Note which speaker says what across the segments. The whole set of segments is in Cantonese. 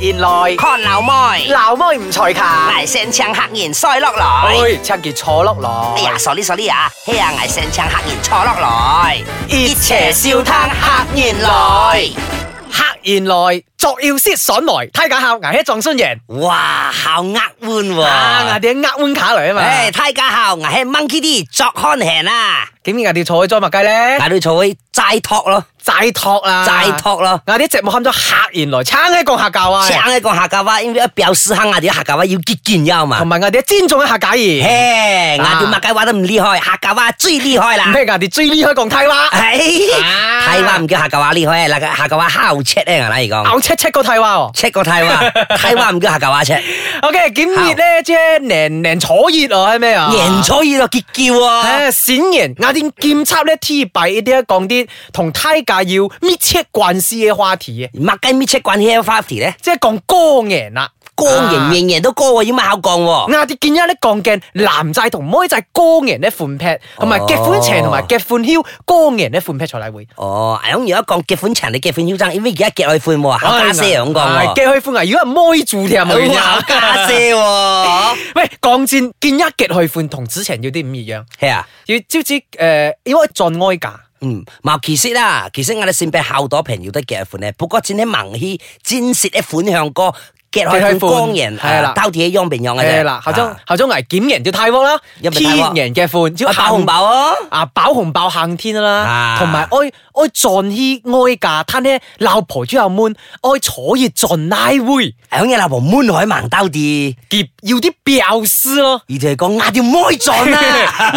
Speaker 1: 現來，
Speaker 2: 看老妹，
Speaker 1: 鬧妹唔才勤。
Speaker 2: 捱聲唱客言衰落來。
Speaker 1: 哎，趁件坐落
Speaker 2: 哎
Speaker 1: 來
Speaker 2: 呀，，傻啲傻啲啊！嘿呀，捱聲唱客言錯落來。
Speaker 1: 熱邪笑嘆客言來，客言來，作要先上來，睇下效牙一撞酸贏。
Speaker 2: 哇，好呃碗喎。
Speaker 1: 啊，牙啲呃碗卡嚟啊嘛，
Speaker 2: 唉，太家校牙係 monkey 啲作看行啊，
Speaker 1: 點解牙啲坐去裝麥雞咧？
Speaker 2: 但係做去齋托咯，
Speaker 1: 債托啊，
Speaker 2: 齋。托咯。
Speaker 1: 牙啲直冇喊咗客言來，撐喺個下教啊，
Speaker 2: 即係硬係講客家話，因為表示下牙啲客家話要結見優嘛
Speaker 1: 同。埋牙啲尊重一下假言。
Speaker 2: 嘿，牙啲
Speaker 1: 啊
Speaker 2: 客家話都唔厲害，客家話最厲害啦。
Speaker 1: 咩牙啲最呢開講梯話，
Speaker 2: 係
Speaker 1: 啊
Speaker 2: 泰話唔叫客家話厲害，嗱客家話烤切咧，我嚟講
Speaker 1: 咬赤赤個梯話喎。
Speaker 2: 切個泰話，泰話唔叫客家話切，
Speaker 1: OK，檢熱咧，即係年年坐熱啊，係咩啊？
Speaker 2: 贏咗要落結叫
Speaker 1: 誒，
Speaker 2: 喎。
Speaker 1: 顯然雅典檢測咧 T 幣呢啲講啲同胎界要密切關係嘅話題嘅，
Speaker 2: 麥雞咪切慣 hair party 咧，
Speaker 1: 即係講歌言啦。
Speaker 2: 歌型型型都歌喎，要咪考降喎。
Speaker 1: 雅典見一咧講嘅男仔同妹仔歌言咧款劈，同埋結款前同埋結款囂歌言咧款劈才嚟會。
Speaker 2: 哦，咁如果講結款長，你結款囂張，因為而家結外款喎，考家姐咁講
Speaker 1: 係
Speaker 2: 喎，
Speaker 1: 結去款啊！如果係妹住添
Speaker 2: 好
Speaker 1: 啊，
Speaker 2: 考家姐喎，
Speaker 1: 喂，講戰見一結去款同之前要啲唔一樣，
Speaker 2: 係啊。
Speaker 1: 要招知誒，因為盡哀價。
Speaker 2: 嗯，冇其實啦，其實我哋先俾好多朋友都結款咧，不過真係盲起真是一款向歌結開款光人，
Speaker 1: 係啦
Speaker 2: 到底一樣變樣嘅啫。
Speaker 1: 誒嗱，後中
Speaker 2: 啊
Speaker 1: 後中危檢人要太鍋啦，
Speaker 2: 因為太鍋
Speaker 1: 天人嘅款，只要
Speaker 2: 啊爆紅
Speaker 1: 行
Speaker 2: 爆啊！
Speaker 1: 啊，飽紅爆行天啦
Speaker 2: 啊，
Speaker 1: 同埋愛愛盡氣愛嫁攤呢，老婆之後悶，愛坐熱盡拉會，
Speaker 2: 響你老婆滿海盲兜啲，
Speaker 1: 結要啲表師咯。
Speaker 2: 而且講壓條妹撞 啦，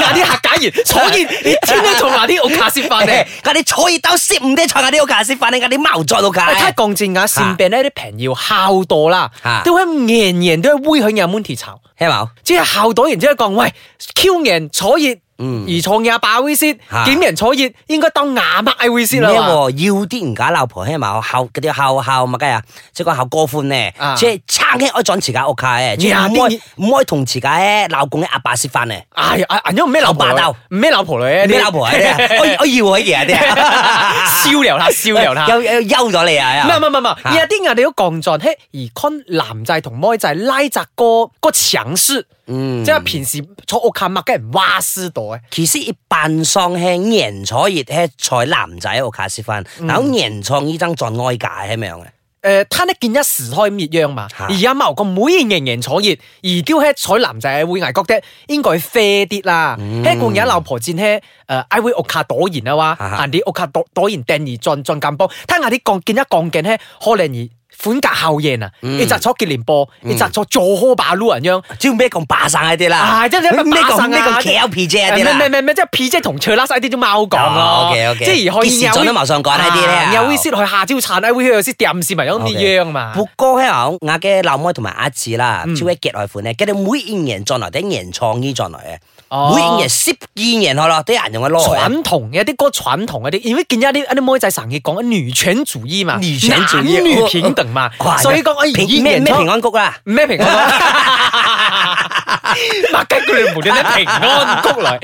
Speaker 1: 嗱啲客假言坐熱，你天天做 埋啲屋卡先飯咧。
Speaker 2: 嗰啲坐熱兜攝唔得坐嗰啲屋架先，反正嗰啲貓撞到架
Speaker 1: 喂，。睇降戰眼善病呢啲朋友孝道啦
Speaker 2: 啊，
Speaker 1: 都係年年都係會響有 m o n t 巢。
Speaker 2: 聽冇？
Speaker 1: 即係校到，然之後講喂，Q 人坐熱，
Speaker 2: 嗯
Speaker 1: 而坐廿八會先，
Speaker 2: 嚇
Speaker 1: 檢人坐熱應該當牙乜會先啦
Speaker 2: 咩
Speaker 1: 喎。
Speaker 2: 喎？要啲人家老婆聽冇？孝嗰啲孝孝乜嘅啊？即係講孝歌歡咧
Speaker 1: 啊，
Speaker 2: 即係撐起我撞自家屋企咧，即係
Speaker 1: 呀
Speaker 2: 唔
Speaker 1: 啲
Speaker 2: 愛唔愛同自家咧老公嘅阿爸食飯咧。
Speaker 1: 哎呀，啊啊因為咩老婆
Speaker 2: 老爸鬥
Speaker 1: 唔咩老婆嚟嘅，
Speaker 2: 你老婆嚟 嘅，我我以為嘅啲，
Speaker 1: 燒流啦，燒流啦。
Speaker 2: 又又休咗你啊！
Speaker 1: 唔係唔係唔係唔係，
Speaker 2: 嚇
Speaker 1: 而家啲人哋都講咗，嘿，而 con 男仔同妹仔拉雜個個強勢，
Speaker 2: 嗯
Speaker 1: 即係平時坐屋企默嘅人蛙師度嘅，
Speaker 2: 其實扮喪係年坐熱係在男仔屋企食飯，嗱年創呢張在外界係咪樣嘅？
Speaker 1: 誒，攤得見一時開滅樣嘛，
Speaker 2: 嚇
Speaker 1: 而家某個妹仍然坐熱，而雕喺坐男仔會捱覺得應該 fair 啲啦，喺共有老婆戰喺誒，I 會屋卡躲然啊哇，
Speaker 2: 嚇嚇
Speaker 1: 行啲屋卡躲躲然掟而進進咁波，睇下啲降見一降鏡咧，可能而款格效應啊，一集坐結連波，一集坐做呵把擼人樣。
Speaker 2: 知唔咩講霸散嗰啲啦？
Speaker 1: 啊，即係你
Speaker 2: 咩講咩講
Speaker 1: 啊
Speaker 2: K L P J 嗰啲
Speaker 1: 咩咩
Speaker 2: 啦？
Speaker 1: 咩咩，即係 P 姐同 c h e l a s 啲都貓講咯
Speaker 2: 哦，OK，OK
Speaker 1: 即係而可以
Speaker 2: 結時咗都冇上講呢啲咧
Speaker 1: 啊有 V 先去下朝產，有 V 有先掂市民有啲樣嘛。
Speaker 2: 不過喺我我嘅老妹同埋阿姊啦，超一結外款咧，佢哋每年在內啲年創呢在內
Speaker 1: 哦
Speaker 2: 嘅，每年十二年去咯，啲人用嘅攞。
Speaker 1: 傳統嘅啲歌傳統嘅啲，因為見一啲一啲妹仔成日講女權主義嘛，
Speaker 2: 女權主義
Speaker 1: 男女平等嘛，所以講哎
Speaker 2: 平咩咩平
Speaker 1: 安
Speaker 2: 安谷啦。
Speaker 1: 咩平 安。擘雞佢哋無端端平安谷嚟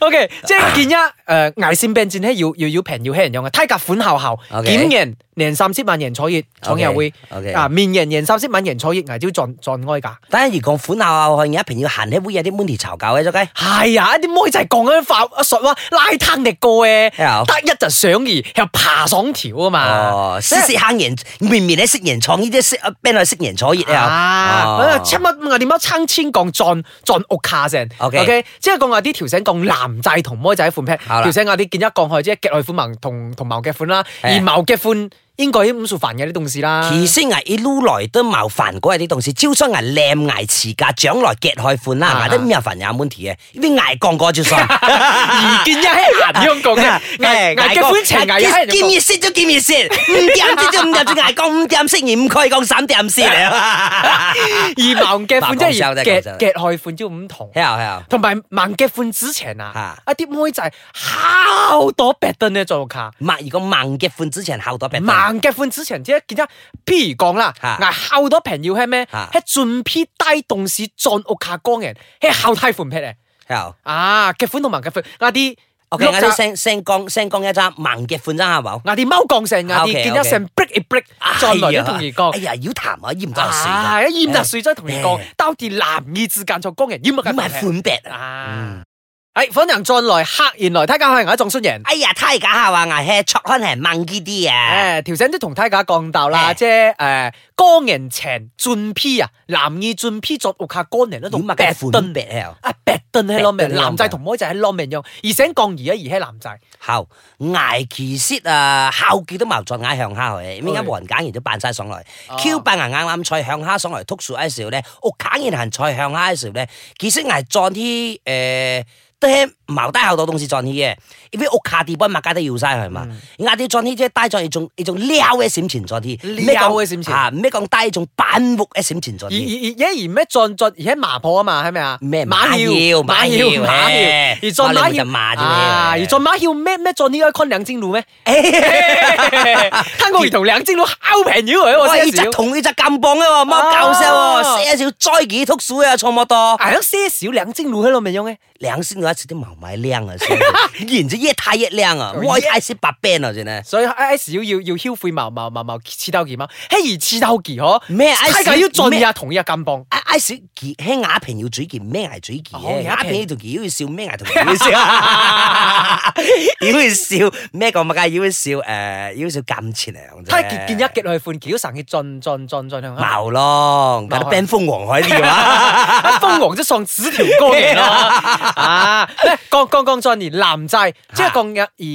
Speaker 1: ，OK，即係見一誒危線病戰咧，要要要平要輕人用嘅，梯格款效效，
Speaker 2: OK
Speaker 1: 檢人年三千萬人坐熱，廠又會
Speaker 2: OK，OK
Speaker 1: 啊面人年三千萬人坐熱，危招撞撞哀㗎。
Speaker 2: 但係如講款後後而家平要行起會有啲 money 嘈交嘅咗雞，
Speaker 1: 係啊，啲妹仔講緊法一術話拉攤力過嘅，
Speaker 2: 係啊
Speaker 1: 得一就上而又爬上條啊嘛。
Speaker 2: 哦，
Speaker 1: 即
Speaker 2: 識
Speaker 1: 係
Speaker 2: 識坑人，明明咧識人創呢啲識邊度識人坐熱
Speaker 1: 啊！
Speaker 2: 啊
Speaker 1: 啊，？出乜我點樣撐千降撞撞屋卡先
Speaker 2: OK
Speaker 1: 即係講話啲條繩降男仔同妹仔款劈，
Speaker 2: 好啦
Speaker 1: 條繩嗰啲見一降去，即係夾去款盲同同矛嘅款啦，而
Speaker 2: 係
Speaker 1: 矛嘅款應該五數煩嘅啲東西啦。
Speaker 2: 其實捱一路來都冇煩過啲同事，招商捱靚捱持價，將來夾開款
Speaker 1: 啊
Speaker 2: 啦，捱得咩煩也 money 嘅，呢啲捱降過招 商。
Speaker 1: 而見一係行香港 嘅，危危嘅款情危一係
Speaker 2: 兼熱先都兼熱 先，五點先都五點先捱降五點先，而唔可以降三點 先。
Speaker 1: 而矛嘅款即係
Speaker 2: 嗱講笑啫
Speaker 1: 夾
Speaker 2: 講笑啫
Speaker 1: 夾去款都唔同。
Speaker 2: 係啊係啊。
Speaker 1: 同埋盲嘅款之前啊，一
Speaker 2: 嚇
Speaker 1: 啲妹仔好多白燈咧做卡。
Speaker 2: 盲如果盲結款之前後多病，
Speaker 1: 盲嘅款之前即係見得，譬如講啦，
Speaker 2: 嚇
Speaker 1: 嗱好多朋友係咩？
Speaker 2: 嚇
Speaker 1: 係盡批低動市撞屋卡光人，係後太款劈嚟。
Speaker 2: 後
Speaker 1: 啊，嘅款同盲嘅款，啱啲
Speaker 2: OK，
Speaker 1: 碌
Speaker 2: 我
Speaker 1: 就
Speaker 2: 啲聲聲光聲光一揸，盲嘅款揸係冇？
Speaker 1: 牙啲踎降成牙啲，
Speaker 2: 啊 OK，
Speaker 1: 見一
Speaker 2: OK 哎
Speaker 1: 成 break 一 break，再來
Speaker 2: à?
Speaker 1: 一同而降
Speaker 2: 哎。呀，要談啊，要唔得事
Speaker 1: 啊，
Speaker 2: 㗎，
Speaker 1: 一淹入水真係同你講
Speaker 2: 哎，
Speaker 1: 到底男意之間作工人淹乜
Speaker 2: 唔
Speaker 1: 嘅
Speaker 2: 係款別
Speaker 1: À.
Speaker 2: 啊！
Speaker 1: 啊！哎，歡迎進來客人來睇下係我一種宣言。
Speaker 2: 哎呀，太假下話牙吃戳可能係盲啲啲啊！
Speaker 1: 誒，條聲都同睇下講到啦，
Speaker 2: 哎
Speaker 1: 即係誒，江人情轉 P 啊，男意轉 P 作屋下江人嗰
Speaker 2: 要
Speaker 1: 種
Speaker 2: 乜
Speaker 1: 白
Speaker 2: 嘅款
Speaker 1: 盾
Speaker 2: 別係啊？
Speaker 1: 啊，白盾喺攞命，
Speaker 2: 白盾喺攞命
Speaker 1: 男仔同妹仔喺攞命用，而且降而一而喺男仔，
Speaker 2: 後牙其實啊，後記都矛在牙向下去，
Speaker 1: 哎
Speaker 2: 點解冇人揀完都扮晒上來
Speaker 1: 哦
Speaker 2: ？Q 扮牙啱啱菜向下上來突樹嘅時候咧，我揀完行菜向下嘅時候咧，其實牙撞啲誒。都係矛低後度東西撞啲嘅，因為屋卡地幫物家都要晒係
Speaker 1: 嗯
Speaker 2: 嘛，牙啲撞啲即係低撞一種一種撩嘅閃前撞啲，
Speaker 1: 撩嘅閃前
Speaker 2: 啊，唔咩講低一種板木嘅閃前
Speaker 1: 而而
Speaker 2: 撞
Speaker 1: 而
Speaker 2: 啲，
Speaker 1: 而而咩進進而喺麻婆啊嘛，係咪啊？
Speaker 2: 咩
Speaker 1: 馬
Speaker 2: 馬
Speaker 1: 耀
Speaker 2: 耀
Speaker 1: 馬
Speaker 2: 馬
Speaker 1: 耀
Speaker 2: 耀
Speaker 1: 馬耀
Speaker 2: 哎，
Speaker 1: 而進馬
Speaker 2: 馬你
Speaker 1: 耀
Speaker 2: 咪就罵咗你
Speaker 1: 啊，
Speaker 2: 哎
Speaker 1: 而進馬耀咩咩進呢個昆兩精路咩？哎香港兒童兩精路好平咗佢
Speaker 2: 我
Speaker 1: 喎，
Speaker 2: 呢
Speaker 1: 些
Speaker 2: 隻
Speaker 1: 少。
Speaker 2: 同呢隻咁磅啊，冇搞笑
Speaker 1: 哦
Speaker 2: 喎，寫少災幾篤水啊，錯冇多。
Speaker 1: 係有些少兩精路喺度咪用嘅，
Speaker 2: 兩先我一次都冇買靚啊，先然之後一太一靚啊，我太識白 band 啊，真係。
Speaker 1: 所以 I S 要要要消費毛毛毛毛刺刀劍啊，嘿而刺刀劍嗬，
Speaker 2: 咩
Speaker 1: 係
Speaker 2: IC
Speaker 1: 咁要進
Speaker 2: 咩
Speaker 1: 呀同一金幫。
Speaker 2: I I 小杰喺瓦平要嘴杰咩牙嘴杰
Speaker 1: 哦
Speaker 2: 咧？
Speaker 1: 雅
Speaker 2: 瓦
Speaker 1: 萍
Speaker 2: 平呢條杰要笑咩啊牙同杰要笑？妖要笑咩講乜噶？妖要笑誒，妖要笑啊咁前嚟。
Speaker 1: 睇下見見一結去款橋神嘅進進進進 向下。
Speaker 2: 矛咯，
Speaker 1: 矛
Speaker 2: 嗰
Speaker 1: 啊
Speaker 2: 啲 band 風王海啲啊！
Speaker 1: 瘋狂即上紙條歌嚟咯，啊！咩剛剛剛進而男仔，即係講日而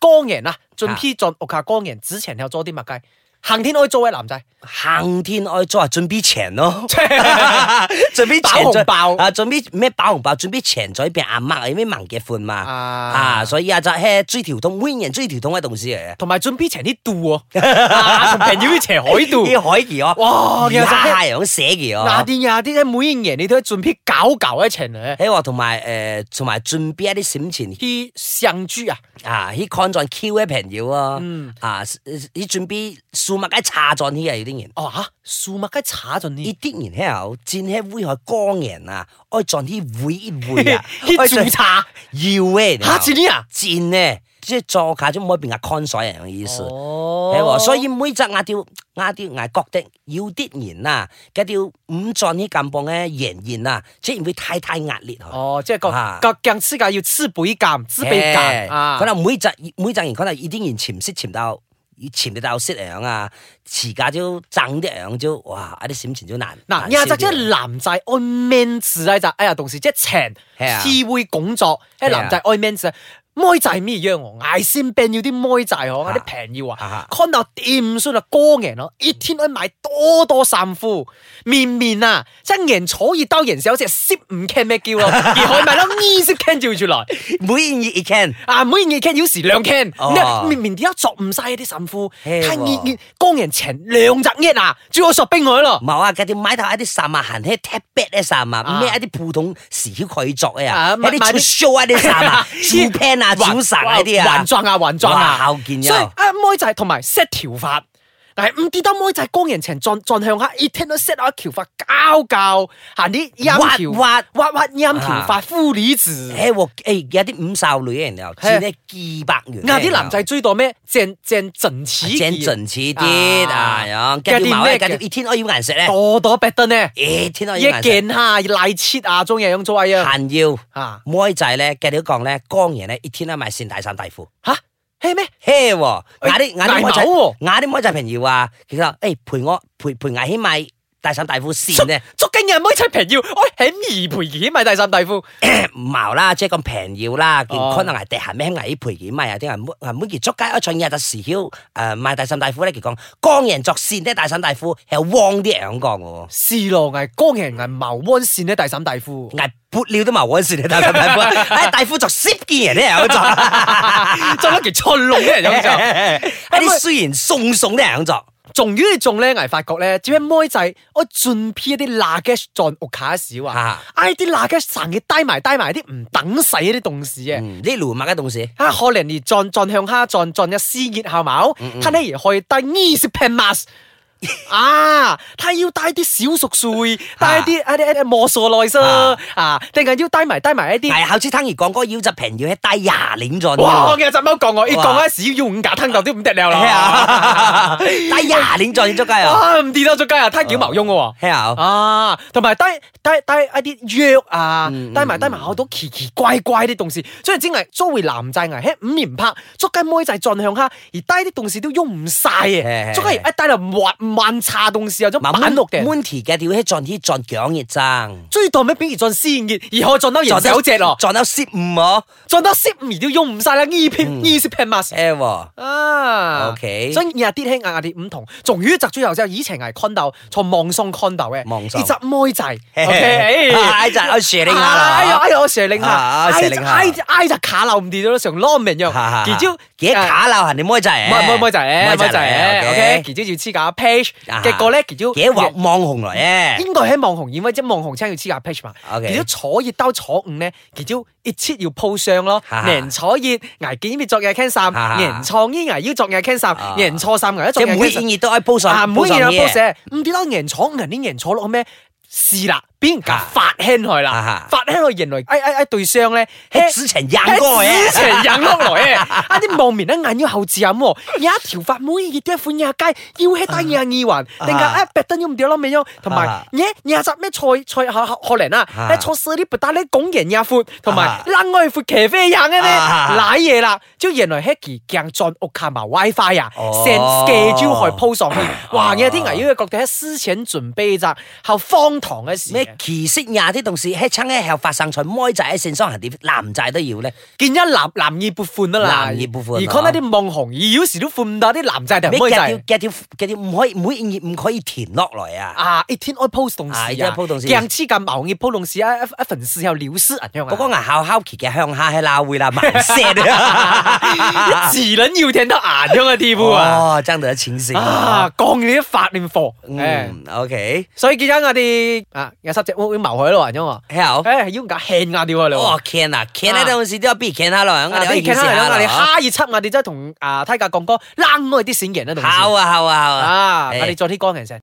Speaker 1: 光人啊，進 P 進屋下光人之前有做啲乜雞？行天愛做嘅男仔，
Speaker 2: 行天愛做啊，準備錢咯。準備
Speaker 1: 包紅包
Speaker 2: 啊！準備咩包紅包？準備錢在俾阿媽，因為盲嘅款嘛。
Speaker 1: 啊
Speaker 2: 啊，所以啊就係追條通，每人追條通嘅同事嚟
Speaker 1: 同埋進 P 前啲度喎，啊同朋友一齊海
Speaker 2: 嘅。
Speaker 1: 度，
Speaker 2: 啲海兒哦，
Speaker 1: 哇！其實係
Speaker 2: 係咁寫嘅
Speaker 1: 嗱
Speaker 2: 哦。
Speaker 1: 啲呀啲咧，每年你都喺進 P 搞搞一啊程咧，
Speaker 2: 喺話同埋誒，同埋準備一啲閃錢
Speaker 1: 啲上珠啊，
Speaker 2: 啊，啲 con 撞 Q 嘅朋友啊
Speaker 1: 嗯，
Speaker 2: 啊，啲準備數物嘅查撞啲啊，有啲人。
Speaker 1: 哦嚇，數物雞查進
Speaker 2: 呢
Speaker 1: 呢，，
Speaker 2: 啲人喺度戰喺威海江人啊，愛撞啲會會啊
Speaker 1: 啲
Speaker 2: 愛
Speaker 1: 註冊
Speaker 2: 要嘅
Speaker 1: 嚇住呢啊，
Speaker 2: 戰呢，即係坐下咗唔可以變阿 con 水人嘅意思。
Speaker 1: 哦
Speaker 2: 係喎，哎所以每隻牙雕牙雕牙角的要啲然啊，嗰條五臟啲咁磅咧炎炎啊，即係唔會太太壓裂去。
Speaker 1: 哦，即係
Speaker 2: 啊
Speaker 1: 個個鏡世界要黐背鑑，黐背鑑
Speaker 2: 嘿
Speaker 1: 啊
Speaker 2: 可。能每隻每隻人可能已經然潛色潛到。潛到色樣啊，持家招爭啲樣招，哇！一啲閃錢招難。
Speaker 1: 嗱，
Speaker 2: 難
Speaker 1: 廿
Speaker 2: 消
Speaker 1: 隻即
Speaker 2: 啲
Speaker 1: 係男仔愛 man 字咧就，哎呀，同時即係情
Speaker 2: 係啊
Speaker 1: 智慧工作，誒
Speaker 2: 係啊
Speaker 1: 男仔愛 man 字，妹仔咩樣喎？挨先 band 要啲妹仔嗬，
Speaker 2: 啊
Speaker 1: 啲平要
Speaker 2: 啊
Speaker 1: 啊
Speaker 2: 啊
Speaker 1: ，con 到掂算啦，歌人咯，一天可以買多多衫褲，面面啊，真人坐熱兜人時有隻攝唔 can 咩叫咯， 而可以買到二十 can 照住來。
Speaker 2: 每人熱 can，
Speaker 1: 啊，每年 can 有時兩 can，
Speaker 2: 哦
Speaker 1: 你明明點解作唔晒啲神褲？
Speaker 2: 係喎
Speaker 1: 太熱熱，江人情兩隻熱啊，最好索冰佢咯。
Speaker 2: 冇啊！嗰啲買頭一啲衫啊，行起踢 b a t 啲衫
Speaker 1: 啊
Speaker 2: 啊，咩一啲普通時髦佢作嘅
Speaker 1: 啊
Speaker 2: 啊，一
Speaker 1: 買
Speaker 2: 啲
Speaker 1: 買啲
Speaker 2: 出 show 一啲衫 啊，
Speaker 1: 咦
Speaker 2: 主 pen 啊，主神嗰啲
Speaker 1: 還
Speaker 2: 啊。
Speaker 1: 裝啊，還裝啊，
Speaker 2: 哇後見
Speaker 1: 所以
Speaker 2: 又
Speaker 1: 啊，妹仔同埋 set 條髮，但係唔記得妹仔江人情撞撞向下，一聽到 set 啊條髮交教，行啲音
Speaker 2: 挖
Speaker 1: 條，
Speaker 2: 挖啊
Speaker 1: 挖挖音條髮，夫理子。
Speaker 2: 誒喎，誒有啲五哨女嘅人又
Speaker 1: 係
Speaker 2: 錢咧幾百元，
Speaker 1: 啱啲男仔追到咩？正正盡似
Speaker 2: 啊正盡似啲
Speaker 1: 啊
Speaker 2: 啊，咁
Speaker 1: 跟
Speaker 2: 跟
Speaker 1: 住啲
Speaker 2: 住埋
Speaker 1: 咩
Speaker 2: 咧，
Speaker 1: 嘅
Speaker 2: 跟住一天我要顏色咧，
Speaker 1: 多多白得呢？
Speaker 2: 誒天我
Speaker 1: 一
Speaker 2: 要顏色，
Speaker 1: 件下賴切啊，中嘢樣做啊樣
Speaker 2: 閒要
Speaker 1: 啊
Speaker 2: 妹仔咧，跟住講咧，江人咧一天咧買線大衫大褲。
Speaker 1: 吓係咩？
Speaker 2: 嘿喎，
Speaker 1: 哎
Speaker 2: 嗌啲嗌
Speaker 1: 挨
Speaker 2: 啲妹
Speaker 1: 手喎
Speaker 2: 仔，嗌啲妹仔朋友啊，其實誒陪我陪陪牙希買大衫大褲線咧，
Speaker 1: 捉緊啊人妹仔平要，我喺二陪件買第三大褲。
Speaker 2: 唔矛啦，即係咁平要啦，健
Speaker 1: 哦
Speaker 2: 可能係地下咩牙啲陪牙買有啲人每啊每件捉街一唱日就時曉誒買大衫大褲咧，佢講江人作線咧大衫大褲係汪啲樣講嘅喎。
Speaker 1: 是咯，危江人危茅灣線呢第三大 褲。
Speaker 2: 捱撥料都冇嗰時，你大 夫大夫，哎大夫就攝見人咧有作，
Speaker 1: 真係件春龍嘅人 有 就。
Speaker 2: 哎啲雖然送送啲人有作，
Speaker 1: 仲要仲咧，危發覺咧，只係妹仔，我盡 P 一啲辣嘅撞屋卡少啊！
Speaker 2: 嚇，
Speaker 1: 唉，啲辣嘅成日低埋低埋啲唔等使啲動事嘅。
Speaker 2: 嗯呢路物嘅同事。
Speaker 1: 啊，可能而撞撞向下撞撞一絲熱後冇，睇你而可以低二十 pen mask， 啊，他要帶啲小熟碎，帶啲一啲一啲磨傻內啫，啊，定係要帶埋帶埋一啲。
Speaker 2: 係好似聽而講嗰個腰就平要喺低廿年咗呢
Speaker 1: 哇！我
Speaker 2: 喎，
Speaker 1: 嘅只貓講我，一
Speaker 2: 哇
Speaker 1: 講開屎要五架吞到啲五滴尿
Speaker 2: 係
Speaker 1: 啦
Speaker 2: 啊，， 低廿年咗你捉雞啊，
Speaker 1: 啊唔掂啦，出街啊，吞繳毛翁喎。
Speaker 2: 係啊，
Speaker 1: 啊，同埋低低低一啲藥啊，
Speaker 2: 嗯
Speaker 1: 低埋低埋好多奇奇怪怪啲東西，所以真係作為男仔危喺五年拍，捉雞妹仔撞向下，而低啲東西都用唔晒
Speaker 2: 係
Speaker 1: 嘅，
Speaker 2: 係
Speaker 1: 捉雞一低就滑慢查東西有種
Speaker 2: 嗱
Speaker 1: 板落嘅。
Speaker 2: ，Monty 嘅屌喺撞啲撞頸熱爭，
Speaker 1: 追到咩？比如撞先嘅，而可以撞到人手隻咯，
Speaker 2: 撞到蝕五我
Speaker 1: 撞到 s 而都用唔晒啦，二片二十片 mask。
Speaker 2: ，L 喎。
Speaker 1: 啊
Speaker 2: OK
Speaker 1: 所以日啲輕壓啲唔同，仲要集中又之後，以前係 condo，從望送 condo 嘅，
Speaker 2: 望送
Speaker 1: 呢隻妹仔
Speaker 2: OK，
Speaker 1: ，OK，
Speaker 2: 哎就我 sharing 下啦，
Speaker 1: 哎呀哎呀，我蛇令下，
Speaker 2: 啊
Speaker 1: 哎
Speaker 2: 蛇令下
Speaker 1: 挨着挨着卡漏唔掂咗，成攞命樣，結招
Speaker 2: 幾
Speaker 1: 呃
Speaker 2: 卡鬧人哋妹仔，
Speaker 1: 妹妹妹仔咧，妹仔咧，OK，
Speaker 2: ，OK，
Speaker 1: 結招要黐架 page，
Speaker 2: 啊
Speaker 1: 結果咧結招
Speaker 2: 幾網網紅來嘅，
Speaker 1: 應該喺網紅演威，即係網紅青要黐架 page 嘛。
Speaker 2: OK
Speaker 1: 其實坐熱兜坐五咧，其實熱切要 po 相咯
Speaker 2: 哈。哈
Speaker 1: 人坐熱捱幾面作日 can 衫，
Speaker 2: 哈哈
Speaker 1: 人坐衣捱腰作日 can 衫
Speaker 2: 啊，
Speaker 1: 人坐衫捱一作
Speaker 2: 即
Speaker 1: 日
Speaker 2: 係
Speaker 1: can
Speaker 2: 每
Speaker 1: 衫
Speaker 2: 件。嘢都可以 po
Speaker 1: 啊，
Speaker 2: 上
Speaker 1: 唔好
Speaker 2: po
Speaker 1: 嘢
Speaker 2: 上
Speaker 1: 啦
Speaker 2: 啲嘢，
Speaker 1: ，boss，唔記得人坐五人啲人坐落咩？是啦，俾人家
Speaker 2: 啊
Speaker 1: 發輕佢
Speaker 2: 啊
Speaker 1: 啦
Speaker 2: 哈，
Speaker 1: 發輕佢原來哎哎哎對相咧，
Speaker 2: 係之前
Speaker 1: 一
Speaker 2: 養過嘅，
Speaker 1: 成引落來嘅，啊啲望面咧眼要後置飲喎，有一條髮妹熱啲款廿街，要喺單廿二環，定解一白燈要唔掉咯咩樣，同埋
Speaker 2: 啊
Speaker 1: 耶廿集咩菜菜下可能啊，
Speaker 2: 啊
Speaker 1: 咧坐死啲不打咧拱人廿闊，同埋
Speaker 2: 啊
Speaker 1: 冷外闊騎啡人嘅咧，
Speaker 2: 啊
Speaker 1: 賴嘢啦，即係原來 Hacky 鏡進屋卡埋 WiFi à. 啊，
Speaker 2: 哦
Speaker 1: 成 schedule 去 po 上去，哇！
Speaker 2: 哦
Speaker 1: 有啲危險嘅角度喺思前準備咋，後荒唐嘅事。
Speaker 2: 咩奇色廿啲同事喺親喺後發生在妹仔喺線上人哋男仔都要咧，
Speaker 1: 見一男男二撥款得啦，
Speaker 2: 男二撥款
Speaker 1: 而 con 啲網紅，而有時都款唔到啲男仔定
Speaker 2: 咩
Speaker 1: 妹
Speaker 2: 嘅條
Speaker 1: 仔
Speaker 2: 嘅條嘅條唔可以每件嘢唔可以填落來啊，
Speaker 1: 啊！一天愛 post 動事
Speaker 2: 啊
Speaker 1: 啊，
Speaker 2: 一天 post 動事
Speaker 1: 鏡黐架毛熱 post 動事啊，一一份事又了事人樣
Speaker 2: 嗰個
Speaker 1: 啊！
Speaker 2: 牙孝孝奇嘅鄉下喺鬧會啦，盲聲 啊！
Speaker 1: 一自撚要聽得牙樣嘅 T V 啊！
Speaker 2: 哦，爭到一錢先。
Speaker 1: 啊，講你啲法念課，誒，
Speaker 2: 嗯，OK，
Speaker 1: 所以見緊我哋啊，有濕隻烏烏毛海咯，人因喎，
Speaker 2: 好。
Speaker 1: 誒，要唔解 hand 壓掉啊你喎
Speaker 2: 哦。，can 啊，can 呢陣時都有必 can 下啦，我
Speaker 1: 啊！
Speaker 2: 哋可以
Speaker 1: 你
Speaker 2: 見
Speaker 1: 睇
Speaker 2: 識
Speaker 1: 下
Speaker 2: 下
Speaker 1: 啦，我哋
Speaker 2: 啦。
Speaker 1: 下一輯我哋真係同啊梯架講歌，冷開啲閃人啊，同時
Speaker 2: 好啊，好啊，好啊。
Speaker 1: 啊，我
Speaker 2: 誒
Speaker 1: 哋再啲光人先。